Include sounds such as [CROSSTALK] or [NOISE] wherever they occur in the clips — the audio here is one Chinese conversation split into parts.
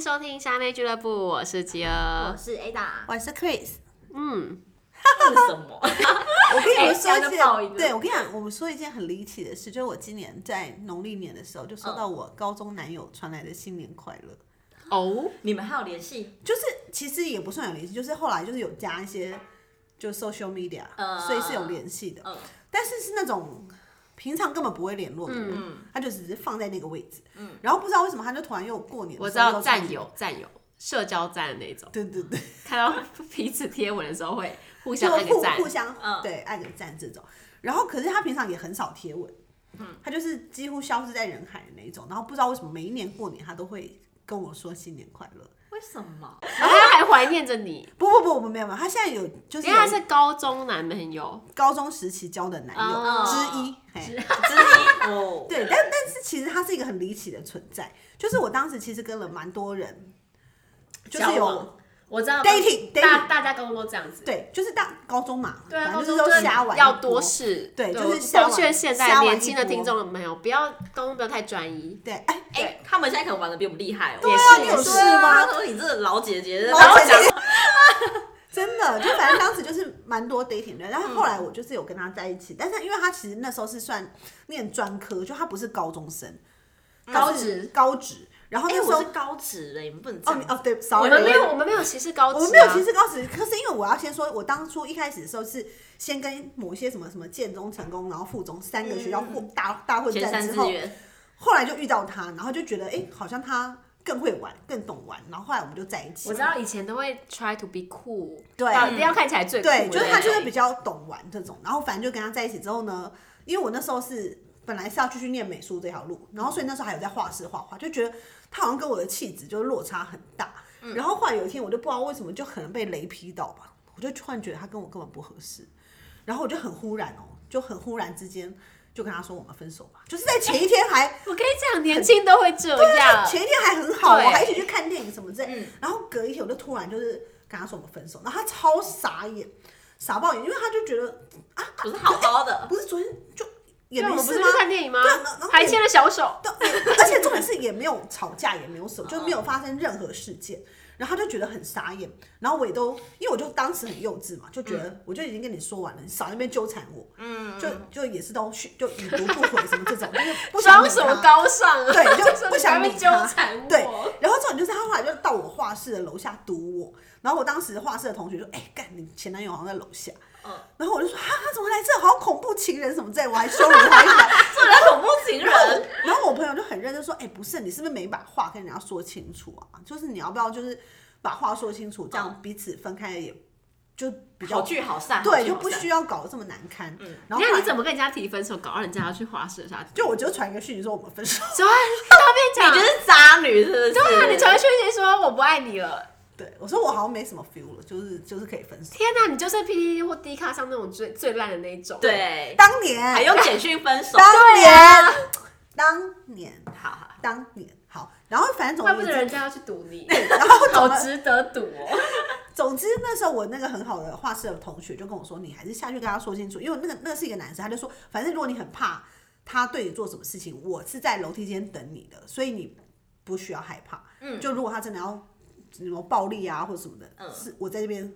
收听虾妹俱乐部，我是吉我儿。是 Ada，我是 Chris，嗯，是什么？ [LAUGHS] 我跟你们说哎一加个爆音件，对我跟你讲，我们说一件很离奇的事，就是我今年在农历年的时候，就收到我高中男友传来的新年快乐，哦，你们还有联系？就是其实也不算有联系，就是后来就是有加一些就 social media，嗯所以是有联系的，嗯但是是那种平常根本不会联络的人，嗯他就只是放在那个位置，然后不知道为什么他就突然又过年，我知道战，友，战友，社交战的那种，对对对。看到 [LAUGHS] 彼此贴文的时候会互就相按个互赞。互相、嗯对按个赞这种。然后可是他平常也很少贴文，嗯他就是几乎消失在人海的那一种。然后不知道为什么每一年过年他都会跟我说新年快乐。为什么？然后他还怀念着 [LAUGHS] 你，不不不，我们没有没有，他现在有就因是为他有是高中男朋友，高中时期交的男友、哦之一，嘿之一哦， [LAUGHS] 对，但但是其实他是一个很离奇的存在，就是我当时其实跟了蛮多人，就是交有往我知道 dating 大 dating，大家高中都这样子，对，就是大高中嘛，对啊，反高正就中是都真瞎的玩要一多波试，对就是我瞎奉玩劝现瞎在玩年一轻的听波众们朋友，不要高中不要太专一，对，哎、哎，他们现在可能玩的比我们厉害哦。也啊是你也有是事对啊吗他说你这个老姐姐，老然后姐姐讲哦 [LAUGHS] 真的，就反正当时就是蛮多 dating 的，然后后来我就是有跟他在一起，但是因为他其实那时候是算念专科，就他不是高中生，高他是职高职，然后那嗯哎，时候、我是高职的，你们不能这哦你样。哦对我，sorry，们没有我们没有歧视高职、啊，我们没有歧视高职，可是因为我要先说，我当初一开始的时候是先跟某些什么什么建中、成功，然后附中三个嗯学校混、大大混前战三之志后，愿，后来就遇到他，然后就觉得哎、诶好像他更会玩，更懂玩，然后后来我们就在一起，我知道以前都会 try to be cool，对要一定要看起来最酷的那对，种，就是他就是比较懂玩这种，然后反正就跟他在一起之后呢，因为我那时候是本来是要继续念美术这条路，然后所以那时候还有在画室画画，就觉得他好像跟我的气质就落差很大。嗯然后后来有一天，我就不知道为什么，就可能被雷劈到吧，我就突然觉得他跟我根本不合适，然后我就很忽然哦，就很忽然之间就跟他说我们分手吧，就是在前一天还我跟你讲，年轻都会 [LAUGHS] 这样，前一天还很好，对我还一起去看电影什么之类嗯。然后隔一天我就突然就是跟他说我们分手，然后他超傻眼，傻爆眼，因为他就觉得不是好好的，不是昨天就也对，我没们不是事去吗？看电影吗对啊然后？还牵了小手，对而且重点是也没有吵架，也没有什么，就没有发生任何事件。然后他就觉得很傻眼，然后我也都，因为我就当时很幼稚嘛，就觉嗯得我就已经跟你说完了，你少在那边纠缠我，嗯，就就也是都去就已读不回什么这种，就是不想 [LAUGHS] 装理什么他高尚啊？对， [LAUGHS] 说就你不还想会理纠他缠我，对，然后重点就是他后来就到我画室的楼下堵我，然后我当时画室的同学就哎干、你前男友好像在楼下，嗯然后我就说哈他怎么来这，好恐怖情人什么之类，我还羞辱他一下。做人恐怖情人。 [LAUGHS] 然后我朋友就很认真说，哎、不是你是不是没把话跟人家说清楚啊？就是你要不要就是把话说清楚，这样彼此分开也就比较好聚好散，好对，聚就好不散需要搞得这么难堪。嗯，然后你看后你怎来么跟人家提分手，搞到人家要去花式啥？就我就传一个讯息说我们分手， [LAUGHS] 怎么他变讲？你就是渣女，是不是？对啊，你传讯息说我不爱你了。对我说我好像没什么 feel 了，就是就是可以分手。天哪，你就是 PPT 或 D 卡上那种最最烂的那一种。， [LAUGHS] 对， [LAUGHS] 当年还用简讯分手，当年，当年，好好。当年，好，然后反正怪总不之得人家要去堵你，然后好总之值得堵哦。总之那时候我那个很好的画室的同学就跟我说，你还是下去跟他说清楚，因为那个那是一个男生，他就说，反正如果你很怕他对你做什么事情，我是在楼梯间等你的，所以你不需要害怕。嗯，就如果他真的要什么暴力啊或者什么的，嗯是我在这边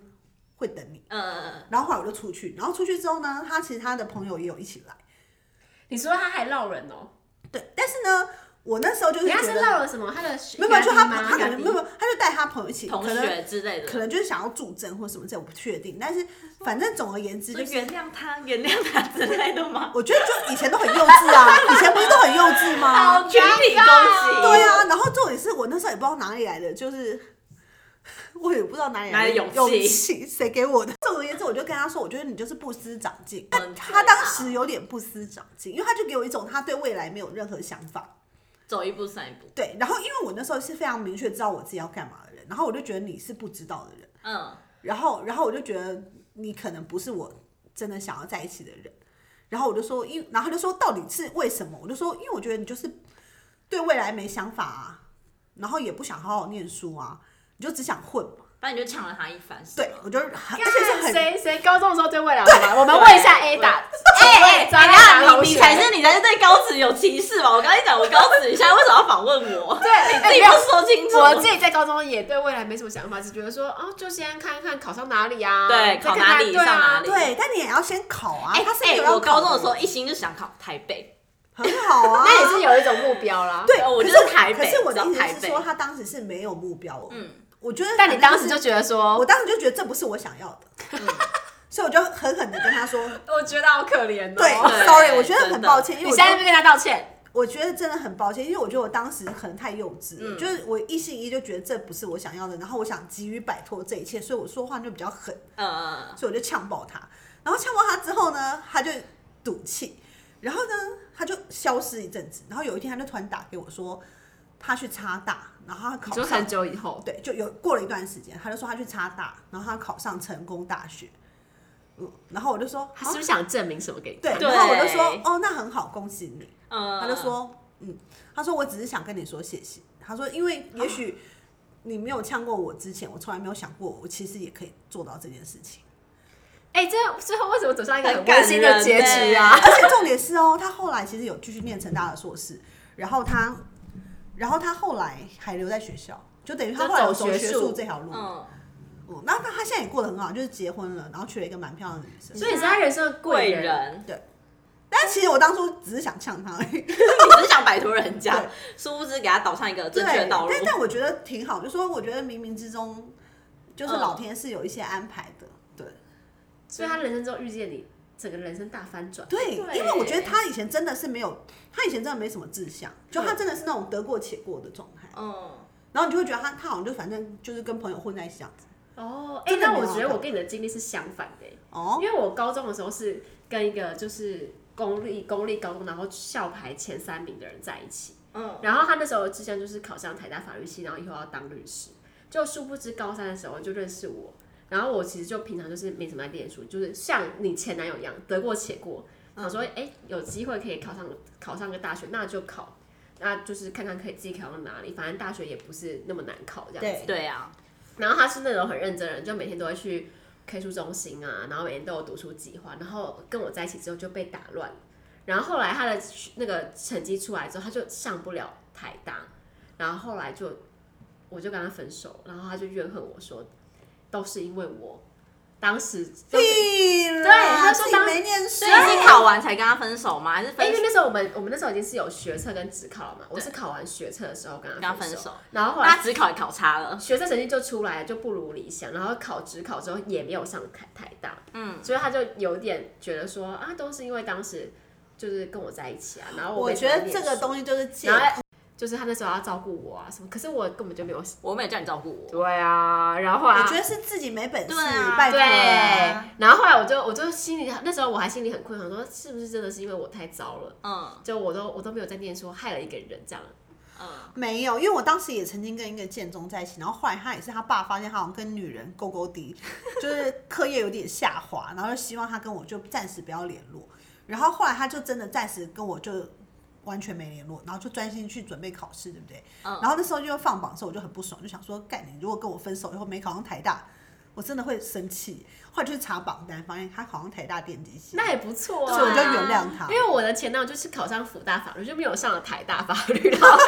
会等你。嗯，然后后来我就出去，然后出去之后呢，他其实他的朋友也有一起来，你说他还闹人哦？对，但是呢，我那时候就是人觉家得是闹了什么？他的没有，没有，就他压力吗他可能压力没有，没有，他就带他朋友一起，同可能学之类的，可能就是想要助阵或什么，这我不确定。但是反正总而言之，就就是原谅他，原谅他之类的吗？我觉得就以前都很幼 [LAUGHS] 稚啊，以前不是都很幼稚吗？群体攻击，对，啊，然后重点是我那时候也不知道哪里来的，就是。 [LAUGHS] 我也不知道哪里哪来里的勇气气，谁给我的？总而言之，我就跟他说，我觉得你就是不思长进。他嗯他当时有点不思长进，因为他就给我一种他对未来没有任何想法。走一步算一步。对，然后因为我那时候是非常明确知道我自己要干嘛的人，然后我就觉得你是不知道的人。嗯，然后，然后我就觉得你可能不是我真的想要在一起的人。然后我就说，因然后他就说到底是为什么？我就说，因为我觉得你就是对未来没想法啊，然后也不想好好念书啊，你就只想混嘛。反正你就抢了他一番，是对吗我就是很，而且是很谁谁高中的时候对未来好吗？我们问一下 Ada，哎哎呀，你你才是你才是对高子有歧视吧？我刚才讲我高子，你现在为什么要反问 [LAUGHS] 我？对，哎自己没有不说清楚。我自己在高中也对未来没什么想法，只觉得说，哦，就先看看考上哪里啊，再对考看哪看里对上哪啊里，对，但你也要先考啊，哎他是哎有要我高考中的时候一心就想考台北，很好啊，那也是有一种目标啦。对，哦我可就是我台可北是我的找意台思是北说，他当时是没有目标。嗯，我觉得，但你当时就觉得说，我我当时就觉得这不是我想要的，嗯 [LAUGHS] 所以我就狠狠的跟他说，我觉得好可怜哦。对对，sorry，我觉得真很的抱歉，因你为现我在是不觉得是跟他道歉？我觉得真的很抱歉，因为我觉得我当时可能太幼稚嗯了，就是我一心一意就觉得这不是我想要的，然后我想急于摆脱这一切，所以我说话就比较狠，呃，所以我就呛爆他。然后呛爆他之后呢，他就赌气，然后呢，他就消失一阵子。然后有一天，他就突然打给我说，他去插大，然后他考就上很久以后，对，就有过了一段时间，他就说他去插大，然后他考上成功大学。嗯，然后我就说，他是不啊是想证明什么给你？对，对然后我就说，哦，那很好，恭喜你。呃他就说，嗯，他说我只是想跟你说谢谢。他说，因为也许你没有呛过我之前，我从来没有想过我其实也可以做到这件事情。哎，这最后为什么走上一个很很感温馨的人结局啊？ [LAUGHS] 欸 [LAUGHS] 而且重点是哦，他后来其实有继续念成大的硕士，然后他，然后他后来还留在学校，就等于他后来有走学术这条路。嗯，嗯，那那他现在也过得很好，就是结婚了，然后娶了一个蛮漂亮的女生。所以你是他人生的贵贵人。人，但其实我当初只是想呛他而已，你只是想摆脱人家对，殊不知给他导上一个正确对，的道路但。但我觉得挺好，就说我觉得冥冥之中，就是老天是有一些安排的。对所以他人生中遇见你，整个人生大翻转。对，对因为我觉得他以前真的是没有，他以前真的没什么志向，就他真的是那种得过且过的状态。嗯，然后你就会觉得他他好像就反正就是跟朋友混在一起这样子。哦，哎、真的那没我有觉得好我跟你的经历是相反的、哦因为我高中的时候是跟一个就是公立公立高中，然后校排前三名的人在一起，嗯，然后他那时候的志向就是考上台大法律系，然后以后要当律师。就殊不知高三的时候就认识我，然后我其实就平常就是没什么在念书，就是像你前男友一样得过且过。嗯我说，哎、有机会可以考上考上个大学，那就考，那就是看看可以自己考到哪里，反正大学也不是那么难考这样子。对对啊，然后他是那种很认真的人，就每天都会去 K 书中心啊，然后每天都有读书计划。然后跟我在一起之后就被打乱了，然后后来他的学那个成绩出来之后，他就上不了台大，然后后来就我就跟他分手，然后他就怨恨我说都 [LAUGHS] 是因为我当时都是屁啦对他说自己当没念书所以，是考完才跟他分手吗？还是哎因分为手？那时候我们我们那时候已经是有学测跟职考了嘛，我是考完学测的时候跟跟他他分手，然后后来那只考也考差了，学生成绩就出来了，就不如理想，然后考职考之后也没有上台台大，嗯，所以他就有点觉得说啊，都是因为当时就是跟我在一起啊，然后我我觉得这个西，东西就是借口然后就是他那时候要照顾我啊什么，可是我根本就没有，我没有叫你照顾我。对啊，然后啊我觉得是自己没本事，对啊拜托对啦。，然后后来我就我就心里那时候我还心里很困惑，想说是不是真的是因为我太糟了，嗯就我都我都没有在念书，害了一个人这样，嗯，没有，因为我当时也曾经跟一个建中在一起，然后后来他也是他爸发现他好像跟女人勾勾滴，就是课业有点下滑，然后就希望他跟我就暂时不要联络。然后后来他就真的暂时跟我就完全没联络，然后就专心去准备考试，对不对？嗯然后那时候就放榜的时候，我就很不爽，就想说，干你如果跟我分手以后没考上台大，我真的会生气。后来就去查榜单，发现他考上台大电机系，那也不错啊，所以我就原谅他。因为我的前男友就是考上辅大法律，就没有上了台大法律，然后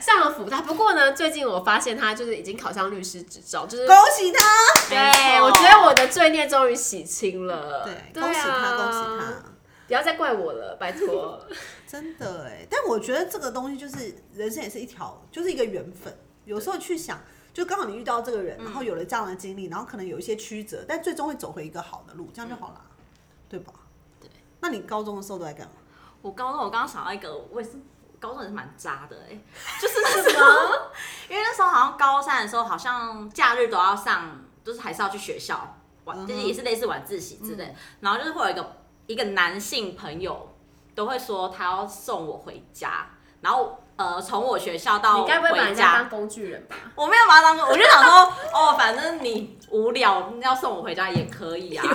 上了辅大。不过呢，最近我发现他就是已经考上律师执照，就是恭喜他，对没错我觉得我的罪孽终于洗清了。对，恭喜他，啊恭喜他。不要再怪我了，拜 [LAUGHS] 托。真的哎，但我觉得这个东西就是人生也是一条，就是一个缘分。有时候去想，就刚好你遇到这个人，然后有了这样的经历，然后可能有一些曲折，但最终会走回一个好的路，这样就好啦，对吧？嗯对。那你高中的时候都在干嘛？我高中我刚刚想到一个，我也是高中也是蛮渣的哎、就是那时候，因为那时候好像高三的时候，好像假日都要上，就是还是要去学校嗯晚，哼就是也是类似晚自习之类的，嗯然后就是会有一个一个男性朋友都会说他要送我回家，然后呃从我学校到你该不会把回人家家当。工具人吧？我没有把他当过，我就想说，哦，反正你无聊，要送我回家也可 [LAUGHS] 以啊。 [LAUGHS]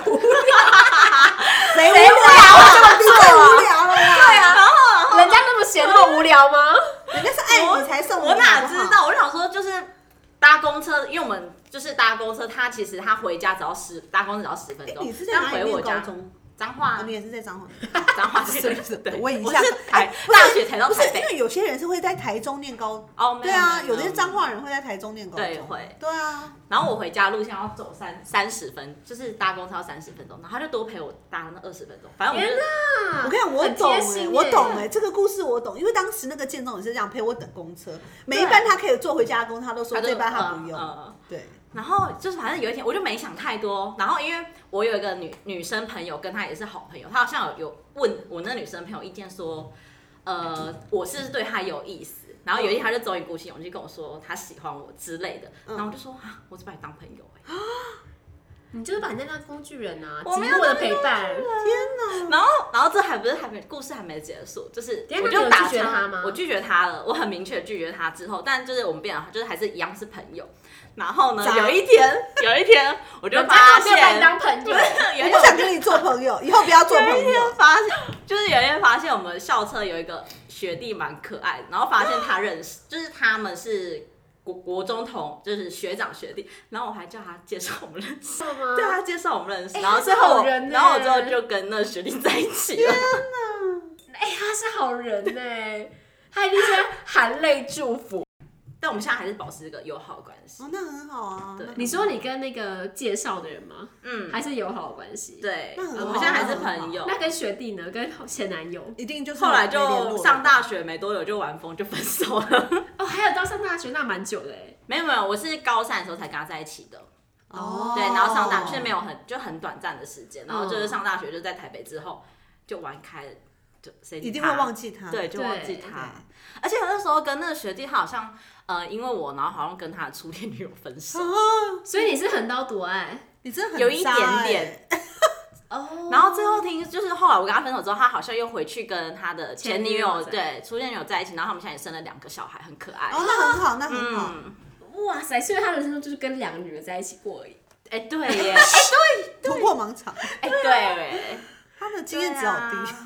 谁无聊啊？这么低最无聊了啦！对啊，然后人家那么闲，那么无聊吗？人家是爱你才送我你好不好哪知？道？我就想说，就是搭公车，因为我们就是搭公车，他其实他回家只要十搭公车只要十分钟，哎你是在但哪回里我念家高中？彰化啊，你也是在彰化？彰化 [LAUGHS] 是是是对，我问一我下是台哎不是大学才到不是，台因北为有些人是会在台中念高，哦，没对啊，没有没些彰化人会在台中念高中，对会，对啊，然后我回家路上要走三三十分，就是搭公车要三十分钟，然后他就多陪我搭那二十分钟，反正我们就啊我跟你讲，我懂很哎、贴心耶我懂哎、这个故事我懂，因为当时那个建中也是这样陪我等公车，每一班他可以坐回家的公车，他都说他就这班他不用，嗯嗯嗯对，然后就是反正有一天我就没想太多，然后因为我有一个女女生朋友，跟她也是好朋友，她好像有有问我那女生朋友意见说，呃，我是不是对她有意思。然后有一天她就走你鼓起勇气跟我说她喜欢我之类的，嗯然后我就说啊，我只把你当朋友、欸、 [LAUGHS] 你就是把人家当工具人啊，我只没是有我的陪伴。然后然后这还不是还没故事还没结束，就是等一下我那你就有打拒绝消她吗我拒绝她了，我很明确地拒绝她之后，但就是我们变了，就是还是一样是朋友。然后呢，渣有一天有一天我就啊人家发就没有把现你。当朋友， [LAUGHS] 有一天我不想跟你做朋友，以后不要做朋有一天友。发现，就是有一天发现我们校车有一个学弟蛮可爱的，然后发现他认识，就是他们是国国中同，就是学长学弟，然后我还叫他介绍我们认 [LAUGHS] 是识。吗？嗯啊对他介绍我们认识，哎然后最后他是我，好欸人呢然后我最后就跟那个学弟在一起 [LAUGHS] 了。哎、他是好人呢、他一定是含泪祝福。但我们现在还是保持一个友好的关系。哦，那很好啊。对那你说你跟那个介绍的人吗？嗯，还是友好的关系？。对，那很啊我好们现在还是朋友。那跟学弟呢？跟前男友？一定就是后来啊没联络就了上大学没多久就玩疯就分手了。 [LAUGHS] 哦，还有到上大学那蛮久的哎。没有没有，我是高三的时候才跟他在一起的。哦，对，然后上大学没有很就很短暂的时间，然后嗯就是上大学就在台北之后就玩开了，就谁一定会忘记他。他，对，就忘记对他。而且我那时候跟那个学弟，他好像呃因为我，然后好像跟他的初恋女友分手，啊，所以你是横刀夺爱你真的 [LAUGHS] 很有一渣欸点点。哦然后最后听就是后来我跟他分手之后，他好像又回去跟他的前女前女友友在对初恋女友在一起，然后他们现在也生了两个小孩，很可爱。哦，那很好，那很好。嗯，哇塞，所以他人生中就是跟两个女人在一起过而已。 [LAUGHS] 哎、 [LAUGHS] 对耶，哎、突破盲场，对 [LAUGHS] 耶，他的经验值好低对。啊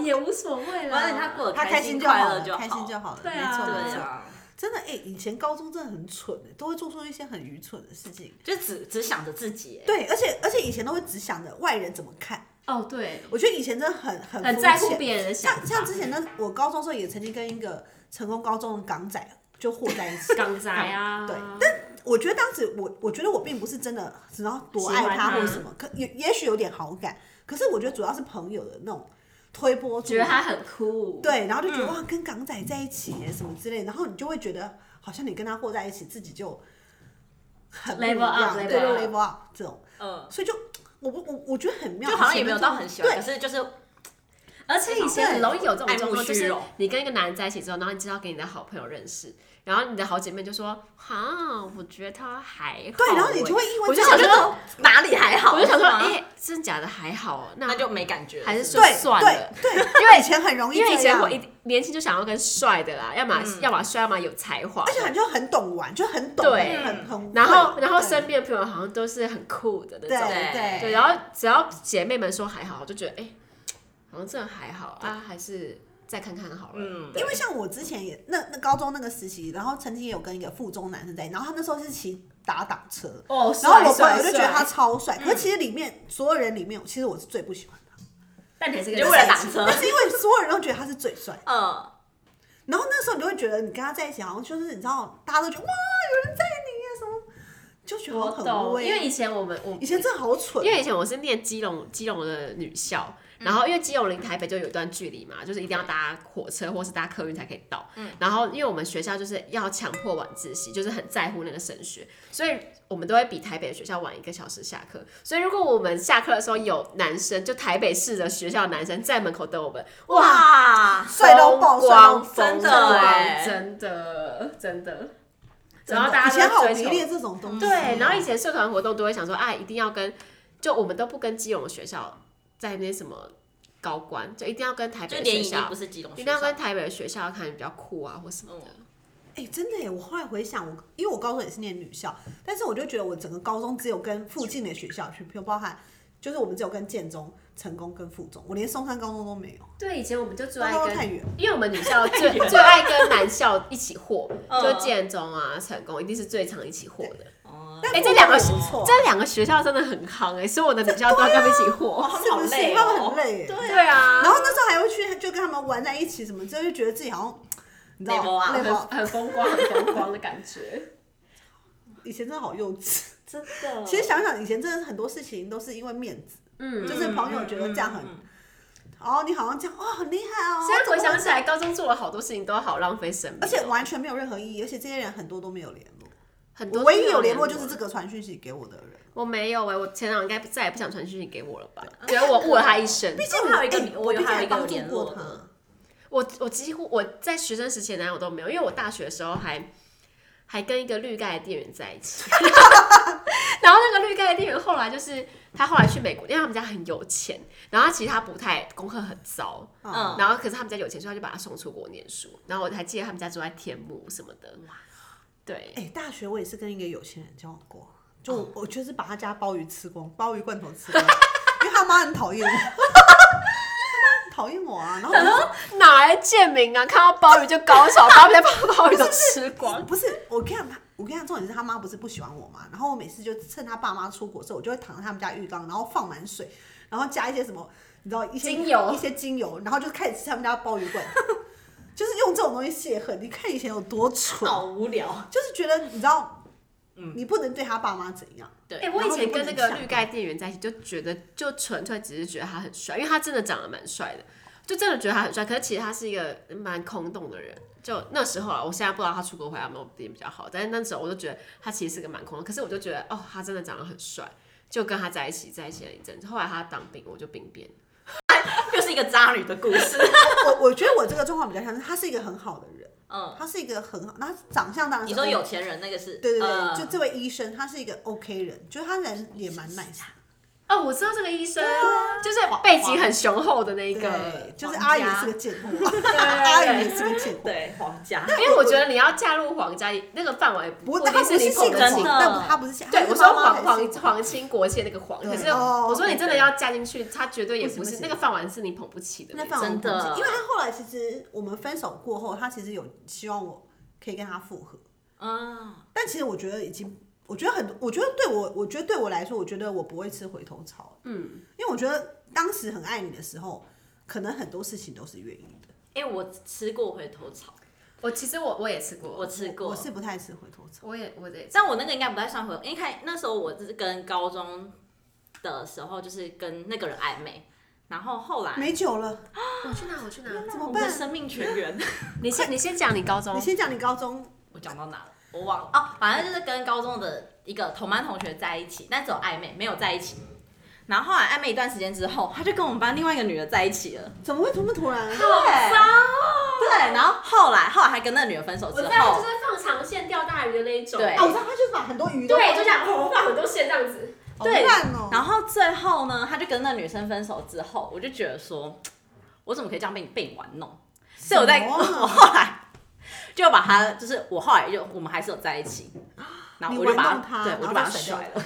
也无所谓啦。反正他过得他开心心快好乐了，开心就好，好了，对没啊错没对错。啊。真的哎，以前高中真的很蠢欸，都会做出一些很愚蠢的事情。欸就只只想着自己耶，对，而且而且以前都会只想着外人怎么看，哦，对，我觉得以前真的很很很肤在乎浅别人的想法。像。像之前呢，我高中的时候也曾经跟一个成功高中的港仔就和在一 [LAUGHS] 起港宅啊，对，但我觉得当时我我觉得我并不是真的只要多爱喜欢他他或什么，可也也许有点好感，可是我觉得主要是朋友的那种推波助觉澜得他很酷。，对，然后就觉得、嗯哇，跟港仔在一起耶什么之类，然后你就会觉得好像你跟他和在一起，自己就很不一 Level up，样，对对 level up ，level up 这种，嗯，所以就我不我我觉得很妙，就好像也以前没有那种到很喜欢，可对，是就是而且以前很容易有这种状爱慕况，就虚是荣你跟一个男人在一起之后，然后你知道跟你的好朋友认识，然后你的好姐妹就说：“哈，我觉得他还好。”对，然后你就会因为我就这想样我就说说哪里还好，我就想说，是吗哎，真假的还好，哦那那就没感觉了，还是不说对算了对对，因为以前很容易因为以这前样我一定年轻就想要跟帅的啦，要么嗯要么帅，要么有才华而。且很就很懂玩，就很懂，对很很然后，会然后对身边的朋友好像都是很酷的那对种，对对，然后只要姐妹们说还好，我就觉得哎、好像这还好啊，还是再看看好了。嗯对因为像我之前也那那高中那个时期，然后曾经也有跟一个附中男生在一起，然后他那时候是骑打挡车，哦，然后我朋帅友就觉得他帅嗯超帅，可是其实里面所有人里面，其实我是最不喜欢他，但你还是你跟就他为了在一打起车但，是因为所有人都觉得他是最帅，嗯，然后那时候你就会觉得你跟他在一起好像就是你知道大家都觉得哇有人在你啊什么，就觉我得很懂，威，因为以前我们我以前真的好蠢，因为以前我是念基隆基隆的女校，然后因为基隆离台北就有一段距离嘛，就是一定要搭火车或是搭客运才可以到。嗯然后因为我们学校就是要强迫晚自习，就是很在乎那个升学，所以我们都会比台北的学校晚一个小时下课。所以如果我们下课的时候有男生，就台北市的学校的男生在门口等我们，哇！哇，帅到爆，帅到光爆真的哎真的真的，欸真然后的大以前家好都在迷追求恋这种东西哦，对，嗯然后以前社团活动都会想说，哎、一定要跟，就我们都不跟基隆的学校在那边什么高官，就一定要跟台就北的连学影帝校不，是基隆一学定要校跟，台北的学校看比较酷啊或什么的。嗯哎、真的耶！我后来回想，我因为我高中也是念女校，但是我就觉得我整个高中只有跟附近的学校去，比如包含就是我们只有跟建中、成功跟附中，我连松山高中都没有，对，以前我们就最爱高中跟太远。因为我们女校最最爱跟男校一起和，嗯就建中啊、成功，一定是最常一起和的。哦但哎这附中两个也是不错，这两个学校真的很夯哎、所以我的女校都要跟他们一起和。是不是？好累哦他们很累 [LAUGHS] 耶。对啊，然后那时候还会去，就跟他们玩在一起什么，之后就觉得自己好像，你知道累爆啊吗？累很爆很风光、很风光的感 [LAUGHS] 觉。以前真的好幼稚。真的，其实想想，以前真的很多事情都是因为面子，嗯，就就是是朋友觉得这样嗯很哦，你好像这样，哇、很厉害哦。现在回想起来，高中做了好多事情都好浪费生命哦，而且完全没有任何意义，而且这些人很多都没有联络。很我多唯一都有联络络就是这个传讯息给我的人。我没有哎、我前两应该再也不想传讯息给我了吧？觉得我误了他一生。毕竟我还有一个哎我有毕竟还有一个帮助联过络他的我我几乎我在学生时期的男友都没有，因为我大学的时候还还跟一个绿盖的店员在一 [LAUGHS] 起，然后那个绿盖的店员后来就是他后来去美国，因为他们家很有钱，然后他其实他不太功课很糟，哦嗯然后可是他们家有钱，所以他就把他送出国念书，然后我还记得他们家住在天母什么的，对，哎、大学我也是跟一个有钱人交往过，就我、我就是把他家鲍鱼吃光，鲍鱼罐头吃光， [LAUGHS] 因为他妈很讨厌我，他妈很讨厌我啊。然后我就哪来贱民啊？看到鲍鱼就高潮，把他们家 [LAUGHS] 鲍鱼都吃光。不是，我跟你讲他，我跟你讲，重点是他妈不是不喜欢我嘛，然后我每次就趁他爸妈出国的时候，我就会躺在他们家浴缸，然后放满水，然后加一些什么，你知道一些精油一些精油，然后就开始吃他们家的鲍鱼罐头， [LAUGHS] 就是用这种东西泄恨。你看以前有多蠢，好无聊，就是觉得你知道，嗯你不能对他爸妈怎样。哎、对，我以前跟那个绿盖店员在一起，就觉得就纯粹只是觉得他很帅，因为他真的长得蛮帅的，就真的觉得他很帅。可是其实他是一个蛮空洞的人。就那时候啊，我现在不知道他出国回来有没有比比较好，但是那时候我就觉得他其实是个蛮空洞。可是我就觉得哦，他真的长得很帅，就跟他在一起在一起了一阵子。后来他当兵，我就兵变。又是一个渣女的故事， [LAUGHS] 我我觉得我这个状况比较像是，他是一个很好的人， [LAUGHS] 嗯，他是一个很好，那长相当然你是说 OK- 有钱人那个是，对对对，呃就这位医生他是一个 OK 人，就是他人也蛮 nice，哦，我知道这个医生，就是背景很雄厚的那一个对，，就是皇阿家姨是个贱货， [LAUGHS] 对阿姨也是个贱货。对皇家，因为我觉得你要嫁入皇家，那个范围不过一他定不是你性捧格真起重，的但不他不是性， [LAUGHS] 对，他我是说妈妈皇才皇是皇亲国戚那个皇，可是对哦我说你真的 OK，要嫁进去，他绝对也不行不不是行那个饭碗是你捧不起的那那范种。围真的很广因为他后来其实我们分手过后，他其实有希望我可以跟他复合，嗯，但其实我觉得已经，我觉得很，我觉得对我，我觉得对我来说，我觉得我不会吃回头草，嗯，因为我觉得当时很爱你的时候，可能很多事情都是愿意的，哎，我吃过回头草，我其实我我也吃过，我吃过，我是不太吃回头草，我也我也但我那个应该不太算回头，因为看那时候我是跟高中的时候，就是跟那个人暧昧，然后后来没酒了， [LAUGHS] 我去哪我去哪？怎我么们的办？生命全员，你先你先讲你高中你，先讲你高中， [LAUGHS] 我讲到哪了？我忘了哦，反正就是跟高中的一个同班同学在一起，但只有暧昧，没有在一起。然后后来暧昧一段时间之后，他就跟我们班另外一个女的在一起了。怎么会这么突然？啊对，然后后来后来还跟那个女的分手之后，放长线钓大鱼的那一种对哦，我知道他就是把很多鱼都样，我放很多线这样子。好对烂哦，然后最后呢，他就跟那女生分手之后，我就觉得说，我怎么可以这样被你被你玩弄？所以我在 [LAUGHS] 什么啊我后来就把他，就是我后来就我们还是有在一起，然后我就把你玩弄他对然后我就把他再甩甩了。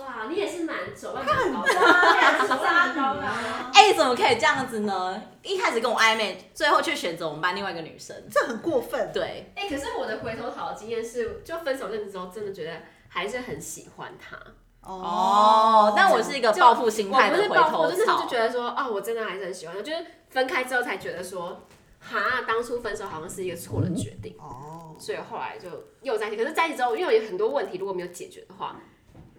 哇，你也是蛮手腕很啊高的，渣高 [LAUGHS] 啊！哎、怎么可以这样子呢？一开始跟我暧昧，最后却选择我们班另外一个女生。这很过分。对，哎、可是我的回头草的经验是，就分手那阵子之后，真的觉得还是很喜欢他。哦，但我是一个报复心我态不的是回报复，头我那时候草就。觉得说，哦，我真的还是很喜欢他。就是分开之后才觉得说，哈，当初分手好像是一个错的决定，哦，所以后来就又在一起。可是在一起之后，因为有很多问题如果没有解决的话，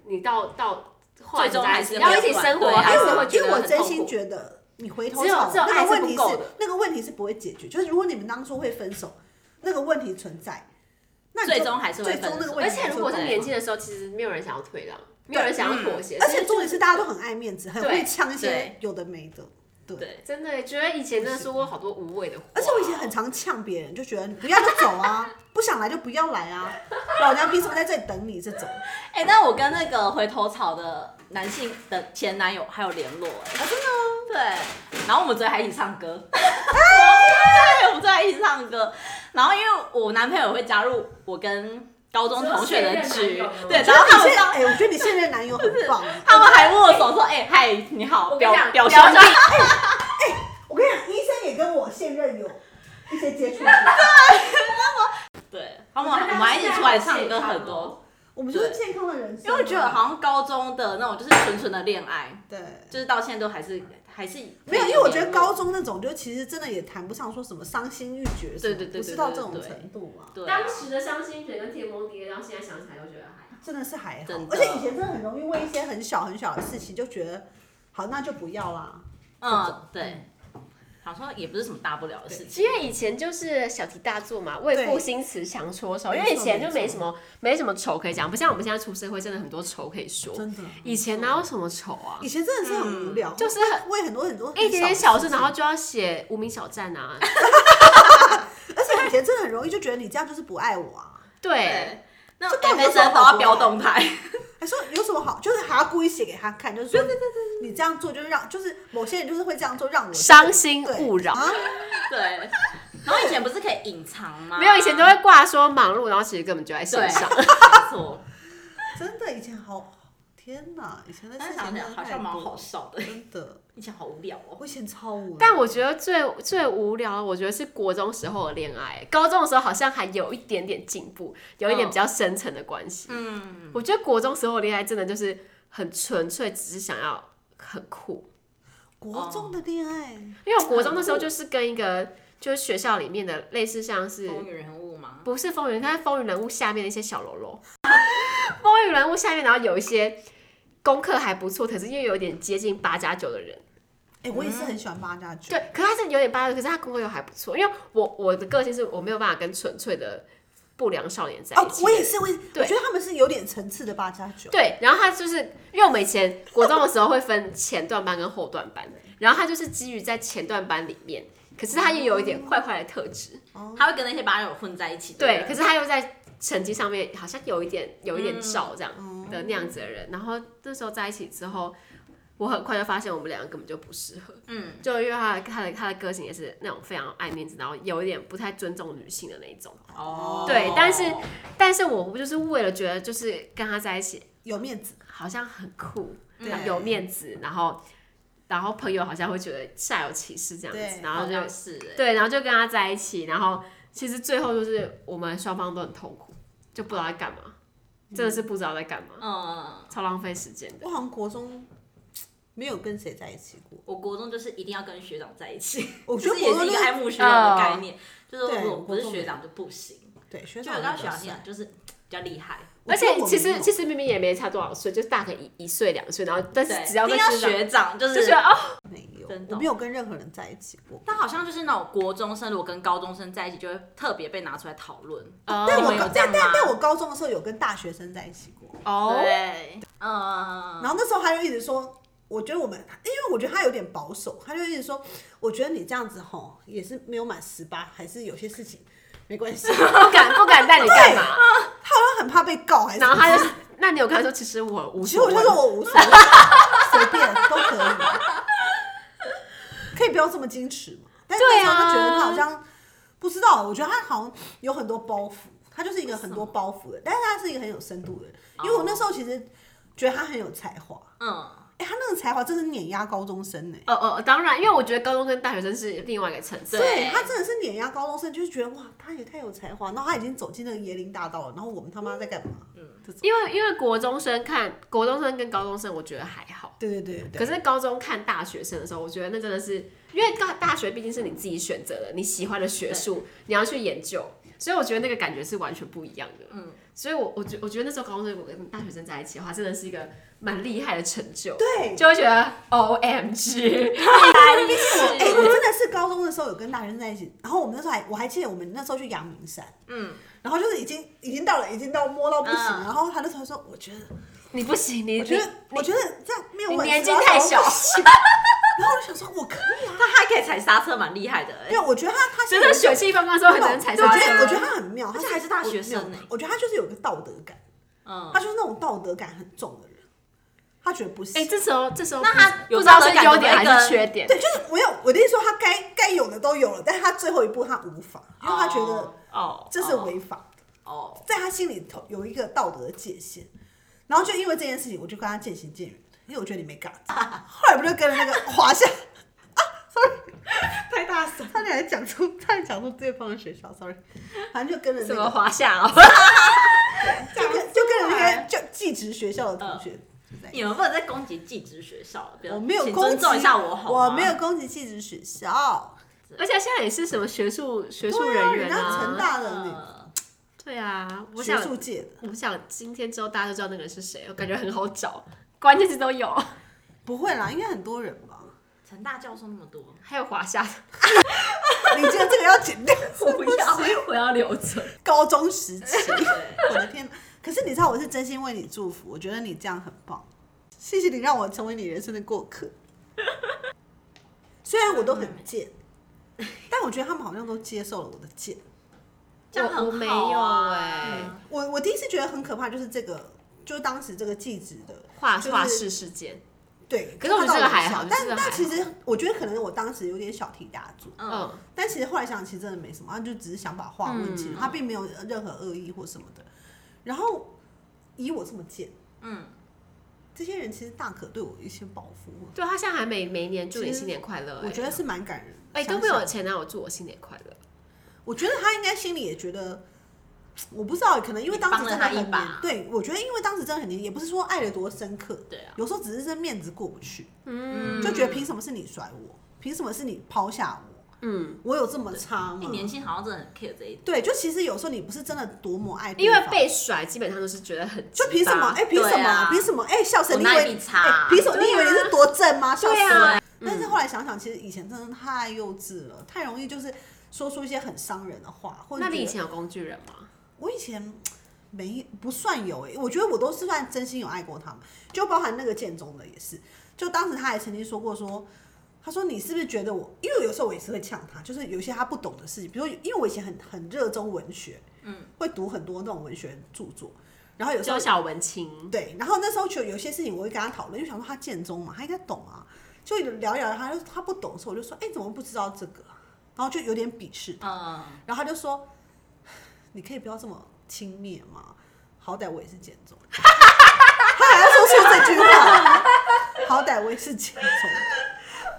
你到到后来最终在还一起是要会一起生活，对还因是为我会觉因为得我很真痛心苦。觉得你回头只有草只有那爱个是问不题够是的那个问题是不会解决，就是如果你们当初会分手，那个问题存在，那你就最终还是会最终那分个手问而题且如果是存在年轻的时候，其实没有人想要退让，没有人想要妥协，而所以且重点是大家都很爱面子，很对会呛一些对有的没的。对，真的觉得以前真的说过好多无谓的啊话，而且我以前很常呛别人，就觉得你不要就走啊，不想来就不要来啊，老娘凭什么在这里等你？这种哎、但我跟那个回头草的男性的前男友还有联络、哎、真的、对，然后我们昨天还一起唱歌， [LAUGHS] 对，我们昨天还一起唱歌，然后因为我男朋友会加入我跟高中同学的只有现局任男友，对，我然后他你们现当哎、我觉得你现任男友很棒。啊他们还握手说：“哎、嗨，你好，我跟表你讲表兄表弟。兄我跟你讲，医生也跟我现任有一些接触。”对，他我们觉得我们还一起现在出来好唱健歌康很哦多，我们就是健康的人生啊，因为我觉得好像高中的那种就是纯纯的恋爱，对。就是到现在都还是还是没有，因为我觉得高中那种，就其实真的也谈不上说什么伤心欲绝什对么，对对对不是到这种对对对程度啊，对啊当时的伤心水跟天崩地裂，然后现在想起来都觉得还好。真的是还好真。的而且以前真的很容易为一些很小很小的事情就觉得，好那就不要啦。这种嗯对，好像也不是什么大不了的事情。因为以前就是小题大做嘛，为赋新词强说愁。因为以前就没什么没什么愁可以讲，不像我们现在出社会，真的很多愁可以哦说。真的，以前哪有什么愁啊？以前真的是很无嗯聊，就是很为很多很多很一点点小事，情然后就要写无名小站 [LAUGHS] 啊。而且以前真的很容易就觉得你这样就是不爱我啊，对，，那这到底 F 有什么 N 都好要不标好动态，还哎说有什么好，就是还要故意写给他看，就是说对对对对，你这样做就是让，就是某些人就是会这样做让我伤心勿扰。啊， [LAUGHS] 对。然后以前不是可以隐藏吗？没有，以前都会挂说忙碌，然后其实根本就在线啊对，上。没错。真的以前好天哪，以前的但事是情想真的想好太像蛮多好笑的，真的，以前好无聊哦。我以前超无聊，但我觉得最最无聊的，我觉得是国中时候的恋爱。高中的时候好像还有一点点进步，有一点比较深层的关系。哦嗯，我觉得国中时候的恋爱真的就是很纯粹，只是想要很酷。国中的恋爱，哦因为我国中的时候就是跟一个就是学校里面的类似像是风云人物吗？不是风云，它是风云人物下面的一些小喽啰。 [LAUGHS] 风云人物下面，然后有一些功课还不错，可是又有点接近八加九的人。哎、我也是很喜欢八加嗯九，对，可是他是有点八加九，可是他功课又还不错。因为我我的个性是我没有办法跟纯粹的不良少年在一哦，起。我也。是，我也对我觉得他们是有点层次的八加九，对，然后他就是因为我们以前国中的时候会分前段班跟后段班，然后他就是基于在前段班里面，可是他又有一点坏坏的特质。他会跟那些八友混在一起。对，不可是他又在成绩上面好像有一点有一点照这样的那样子的人。然后那时候在一起之后，我很快就发现我们两个根本就不适合。嗯，就因为他的他的他的个性也是那种非常爱面子，然后有一点不太尊重女性的那一种。哦，对但是但是我不就是为了觉得就是跟他在一起有面子，好像很酷，嗯对有面子，然后然后朋友好像会觉得煞有其事这样子对，然后好就像是欸对，然后就跟他在一起，然后其实最后就是我们双方都很痛苦，就不知道在干嘛，真的是不知道在干嘛，嗯，超浪费时间的。我好像国中没有跟谁在一起过，我国中就是一定要跟学长在一起， [LAUGHS] 我觉就得是也国是中一就个爱是慕虚荣的概念，就是对如果我不国是中学没长就不行，对学就长我那刚个学长是现在就是比较厉害，而且我其觉得我实没有其实明明也没差多少岁，就是大个一一岁两岁，然后但是对，只要一定跟要师长学长就就是觉得哦，没有真，的哦我没有跟任何人在一起过。但好像就是那种国中生，如果跟高中生在一起，就会特别被拿出来讨论。哦但你我们有高这样但吗但但我高中的时候有跟大学生在一起过，哦，对，嗯，然后那时候他就一直说，我觉得我们，因为我觉得他有点保守，他就一直说，我觉得你这样子吼也是没有满十八，还是有些事情没 [LAUGHS] 关系。不敢不敢带你干嘛？他很怕被告还是什然么？后 [LAUGHS] 他就，那你有跟他说，其实我无其实所我谓就说我无 [LAUGHS] 所谓，啊随便都可以，可以不要这么矜持嘛。但是对那啊时候就觉得他好像不知道，我觉得他好像有很多包袱，他就是一个很多包袱的，但是他是一个很有深度的人。因为我那时候其实觉得他很有才华，嗯，哎、他那个才华真是碾压高中生呢、哦哦，当然，因为我觉得高中跟大学生是另外一个层次。对他真的是碾压高中生，就是觉得哇，他也太有才华，然后他已经走进那个椰林大道了，然后我们他妈在干嘛？嗯，这种，因为因为国中生看国中生跟高中生，我觉得还好。对对对对，可是高中看大学生的时候，我觉得那真的是，因为大大学毕竟是你自己选择的，你喜欢的学术，你要去研究，所以我觉得那个感觉是完全不一样的。嗯，所以我我觉我觉得那时候高中生我跟大学生在一起的话，真的是一个蛮厉害的成就，对，就会觉得哦 O M G， [LAUGHS] 哎、我真的是高中的时候有跟大学生在一起，然后我们那时候还我还记得我们那时候去阳明山，嗯，然后就是已经已经到了，已经到摸到不行了，嗯然后他那时候说，我觉得，你不行，你我觉得你，我觉得这样没有你问题，年纪太小然后我就然后我就想说，我可以啊，他还可以踩刹车，蛮厉害的欸。因为我觉得他他真的血学，气方刚的时候很难踩我刹觉得我车。觉得他很妙，他而且还是大学生欸呢我觉得他就是有个道德感，嗯他，就是那种道德感很重的人，他觉得不行。哎、这时候这时候那他不知道是有道德感优点的那还个是缺点，对，就是我有我的意思说，他该该有的都有了，但是他最后一步他无法，因为他觉得哦，这是违法的。哦，在他心里头有一个道德的界限，然后就因为这件事情，我就跟他渐行渐远，因为我觉得你没嘎子。后来不就跟了那个华夏，太大声，差点还讲出，差点讲出对方的学校，sorry，反正就跟了什那么个，啊华 [LAUGHS] 夏哦，就跟就跟了那讲个就寄职学校的同学在一起。你们不能再攻击寄职学校了，不要我没有请攻击，尊重一下我好吗我没有攻击寄职学校，而且现在也是什么学术学术对啊人员人家成啊，大的你呃对啊，我学想术嗯界的我不想今天之后大家就知道那个人是谁，我感觉很好找，关键字都有， [LAUGHS] 不会啦，应该很多人吧？成大教授那么多，还有华夏，你觉得这个要剪掉？我不要，我要留着。高中时期， [LAUGHS] 对，我的天哪！可是你知道，我是真心为你祝福，我觉得你这样很棒，谢谢你让我成为你人生的过客。虽然我都嗯很贱，但我觉得他们好像都接受了我的贱。这样我我很没好有啊欸我我第一次觉得很可怕，就是这个，就是当时这个记者的画就是画室事件，对。可是我觉得这个还好看到这个我的还笑但但好其实我觉得可能我当时有点小题大做，嗯，嗯，但其实后来想，其实真的没什么，他就只是想把话问清楚，嗯他并没有任何恶意或什么的。然后以我这么贱，嗯，这些人其实大可对我有一些报复，对他现在还每每年祝你新年快乐、欸，我觉得是蛮感人的。哎、想都没有想，前男友祝我新年快乐，我觉得他应该心里也觉得，我不知道，可能因为当时真的你很帮了他一黏把对我觉得因为当时真的很黏，也不是说爱的多深刻，对啊，有时候只是这面子过不去，嗯就觉得凭什么是你甩我，凭什么是你抛下我，嗯，我有这么差嗯你吗？哎年轻好像真的很 care 这一点，对，就其实有时候你不是真的多么爱对因为方被甩基本上都是觉得很就凭什么？哎、哎、凭什么啊？对啊凭、什么？哎、笑神，我你哪以里为比差哎凭、什么？对啊你以为你是多正吗？笑死对了啊。但是后来想想，其实以前真的太幼稚了，太容易就是说出一些很伤人的话，或者那你觉以得前有工具人吗？我以前没不算有哎、我觉得我都是算真心有爱过他们，就包含那个建中的也是，就当时他还曾经说过说。他说：“你是不是觉得我？因为有时候我也是会呛他，就是有一些他不懂的事情，比如说，因为我以前很很热衷文学，嗯，会读很多那种文学著作，然后有时候就小文青，对，然后那时候就有些事情我会跟他讨论，因为想说他建中嘛，他应该懂啊。就聊一聊，他就他不懂的时候，我就说：“哎、你怎么不知道这个啊、然后就有点鄙视他，嗯，然后他就说：“你可以不要这么轻蔑吗？好歹我也是建中。” [LAUGHS] 他还要说出这句话，好歹我也是建中。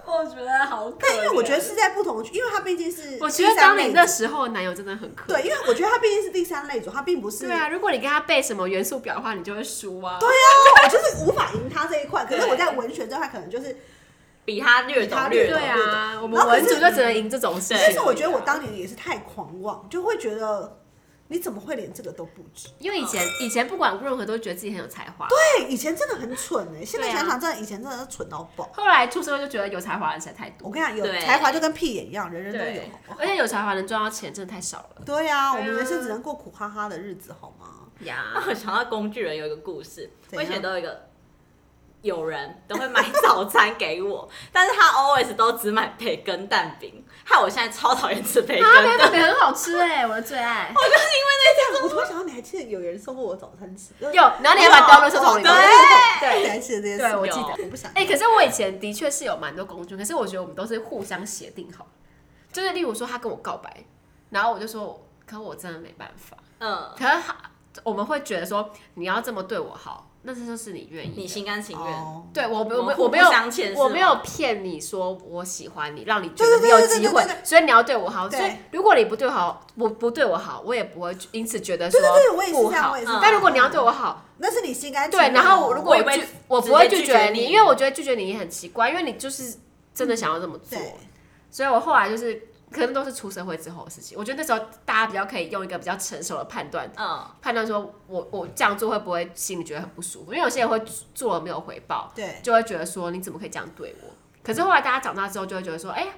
我觉得好可但因为我觉得是在不同的区，因为他毕竟是我觉得第三当类你组那时候的男友真的很可对，因为我觉得他毕竟是第三类组，他并不是对啊，如果你跟他背什么元素表的话，你就会输啊。对，对我就是无法赢他这一块。可是我在文学这块可能就是比他略比他懂略略懂懂，啊，我们然后可文是组就只能赢这种事但是情，我觉得我当年也是太狂妄，就会觉得你怎么会连这个都不知？因为以前以前不管任何都觉得自己很有才华，对，以前真的很蠢哎、现在对啊想想，真的以前真的是蠢到爆。后来出社会就觉得有才华的人实在太我多，跟你讲，有对才华就跟屁眼一样，人人都有对好不好，而且有才华能赚到钱真的太少了对呀、对啊我们人生只能过苦哈哈的日子，好吗？呀那。我想到工具人有一个故事，怎我样以前都有一个有人都会买早餐给我， [LAUGHS] 但是他 always 都只买培根蛋饼，害我现在超讨厌吃培根啊，那的。个很好吃哎，我的最爱。哦哎我突然想到，你还记得有人送过我早餐吃？有有，然后你还把刀扔收桶里对面。对，你对还记得这件事？哦对我记得我不想。哎、可是我以前的确是有蛮多工具，可是我觉得我们都是互相协定好，就是例如说他跟我告白，然后我就说，可我真的没办法。嗯，可是他我们会觉得说你要这么对我好，那这就是你愿意的。你心甘情愿，哦，对我没我我没们我互没不有相欠是吗我没有骗你说我喜欢你，让你觉对得对你对有对机对会对对，所以你要对我好。对所以如果你不对我好，不不对我好，我也不会因此觉得说对对对，我也是不这样，嗯好我也。是。嗯但如果你要对我好，那是你心甘情对，愿的哦。然后如果我也我会拒，我直不会拒接拒绝绝你，你因为我觉得拒绝你也很奇怪，因为你就是真的想要这么做，嗯对所以我后来就是可能都是出社会之后的事情。我觉得那时候大家比较可以用一个比较成熟的判断，嗯，判断说我我这样做会不会心里觉得很不舒服，因为有些人会做了没有回报，对，就会觉得说你怎么可以这样对我？可是后来大家长大之后就会觉得说，哎、呀，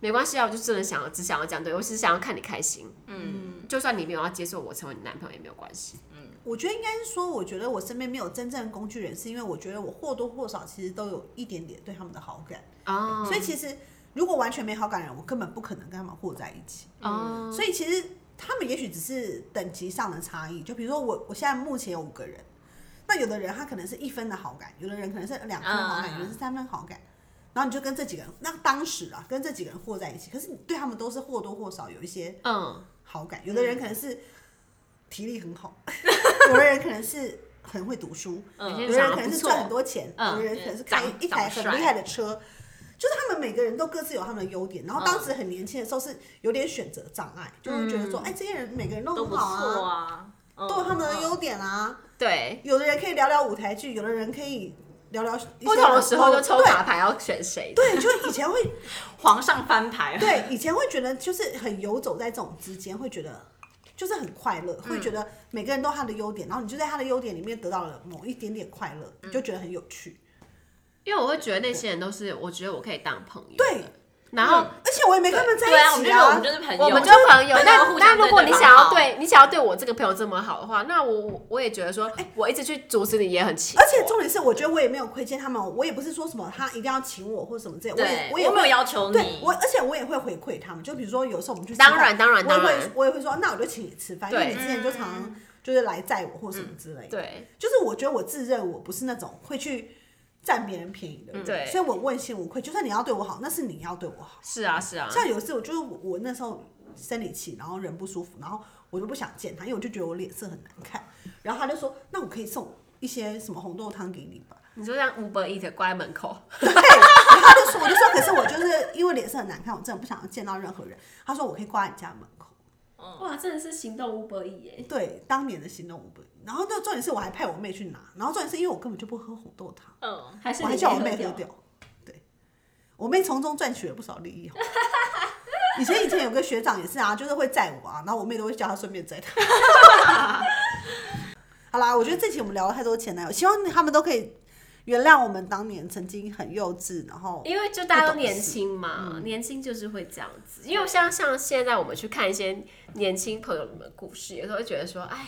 没关系啊，我就真的想要只想要这样对我，我只是想要看你开心，嗯，就算你没有要接受我成为你男朋友也没有关系，我觉得应该是说，我觉得我身边没有真正的工具人，是因为我觉得我或多或少其实都有一点点对他们的好感，哦，所以其实如果完全没好感的人，我根本不可能跟他们混在一起。嗯哦，所以其实他们也许只是等级上的差异，就比如说我，我现在目前有五个人，那有的人他可能是一分的好感，有的人可能是两分好感，嗯有的人是三分好感，然后你就跟这几个人，那当时啊，跟这几个人和在一起，可是你对他们都是或多或少有一些嗯。好感，有的人可能是。体力很好， [LAUGHS] 有的人可能是很会读书，嗯有的人可能是赚很多钱，嗯有的人可能是开长一台长很帅厉害的车，就是他们每个人都各自有他们的优点。然嗯后当时很年轻的时候是有点选择障碍，就是觉得说，嗯哎，这些人每个人都都很不好错嗯啊，啊，都都有他们的优点啊。对，有的人可以聊聊舞台剧，有的人可以聊聊不不同的时候就抽卡牌要选谁，对，对，就以前会皇上翻牌，啊对，以前会觉得就是很游走在这种之间，会觉得就是很快乐，嗯会觉得每个人都有他的优点，然后你就在他的优点里面得到了某一点点快乐，你就觉得很有趣。嗯因为我会觉得那些人都是我觉得我可以当朋友，对，然后。而且我也没跟他们在对啊，我一们起就觉得我们就是朋友，我们就就朋友，大家那互那相如果你对对想要方好对你想要对我这个朋友这么好的话，那我我我也觉得说，我一直去阻止你也很奇怪。而且重点是，我觉得我也没有亏欠他们，我也不是说什么他一定要请我或什么之类，我对也，我也没有会要求对你，我，而且我也会回馈他们。就比如说有时候我们去吃当饭然当然我也当然会我也会说，那我就请你吃饭，因为对你之前就常常就是来载我或什么嗯之类的。对，就是我觉得我自认我不是那种会去占别人便宜的人，对所以我问心无愧。就算你要对我好，那是你要对我好。是啊是啊，像有一次，我就是我我那时候生理期，然后人不舒服，然后我就不想见他，因为我就觉得我脸色很难看。然后他就说：“那我可以送一些什么红豆汤给你吧。”你就像 Uber Eat 挂在门口， [LAUGHS] 对，然后他就说，我就说，可是我就是因为脸色很难看，我真的不想要见到任何人。他说我可以挂在你家门口。哇，真的是行动 Uber Eat 耶！对，当年的行动五本。然后就重点是我还派我妹去拿，然后重点是因为我根本就不喝红豆汤，嗯，还是我还你叫我没妹喝喝掉。对，我妹从中赚取了不少利益哦。 [LAUGHS] 以前以前有个学长也是啊，就是会载我啊，然后我妹都会叫他顺便载他。 [LAUGHS] 好啦，我觉得这期我们聊了太多前男友，希望他们都可以原谅我们当年曾经很幼稚，然后因为就大家都年轻 [LAUGHS] 嗯嘛，年轻就是会这样子。因为像像现在我们去看一些年轻朋友们的故事，有时候会觉得说，哎，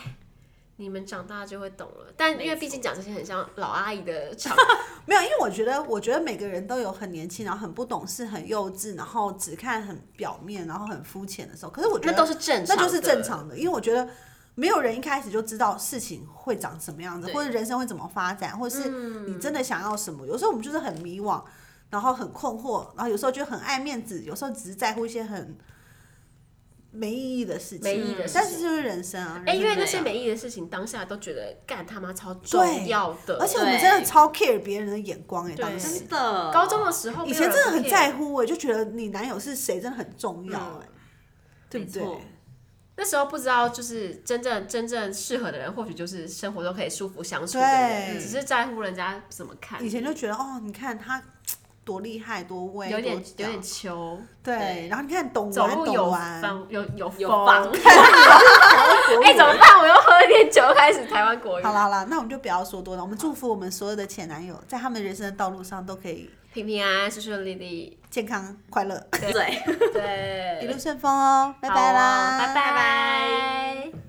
你们长大就会懂了。但因为毕竟讲这些很像老阿姨的场，没有，因为我觉得，我觉得每个人都有很年轻，然后很不懂事、很幼稚，然后只看很表面，然后很肤浅的时候。可是我觉那得都是正 [LAUGHS] 那常，就是正。常的，因为我觉得没有人一开始就知道事情会长什么样子，对或者人生会怎么发展，或者是你嗯真的想要什么。有时候我们就是很迷惘，然后很困惑，然后有时候就很爱面子，有时候只是在乎一些很没意义的事情，没意义的事情但是嗯就是人生啊，哎、人生因为就那这些样没意义的事情，当下都觉得干他妈超重要的。而且我们对真的超 care 别人的眼光哎、对当时真的，高中的时候，以前真的很在乎、欸，就觉得你男友是谁真的很重要、嗯欸，哎、对不对没？错那时候不知道，就是真正真正适合的人，或许就是生活中可以舒服相处的人，对只是在乎人家怎么看。以前就觉得哦，你看他多厉害，多威，有点多有屌点秋，对。然后你看懂走玩路懂有玩， [LAUGHS] 风有有有风风。 [LAUGHS] 哎、怎么办？我又喝一点酒，开始台湾国语好，啦好啦，那我们就不要说多了。我们祝福我们所有的前男友，在他们人生的道路上都可以平平安安，顺顺利利。健康快乐，对。一对，路顺风哦，拜拜啦，好哦拜拜。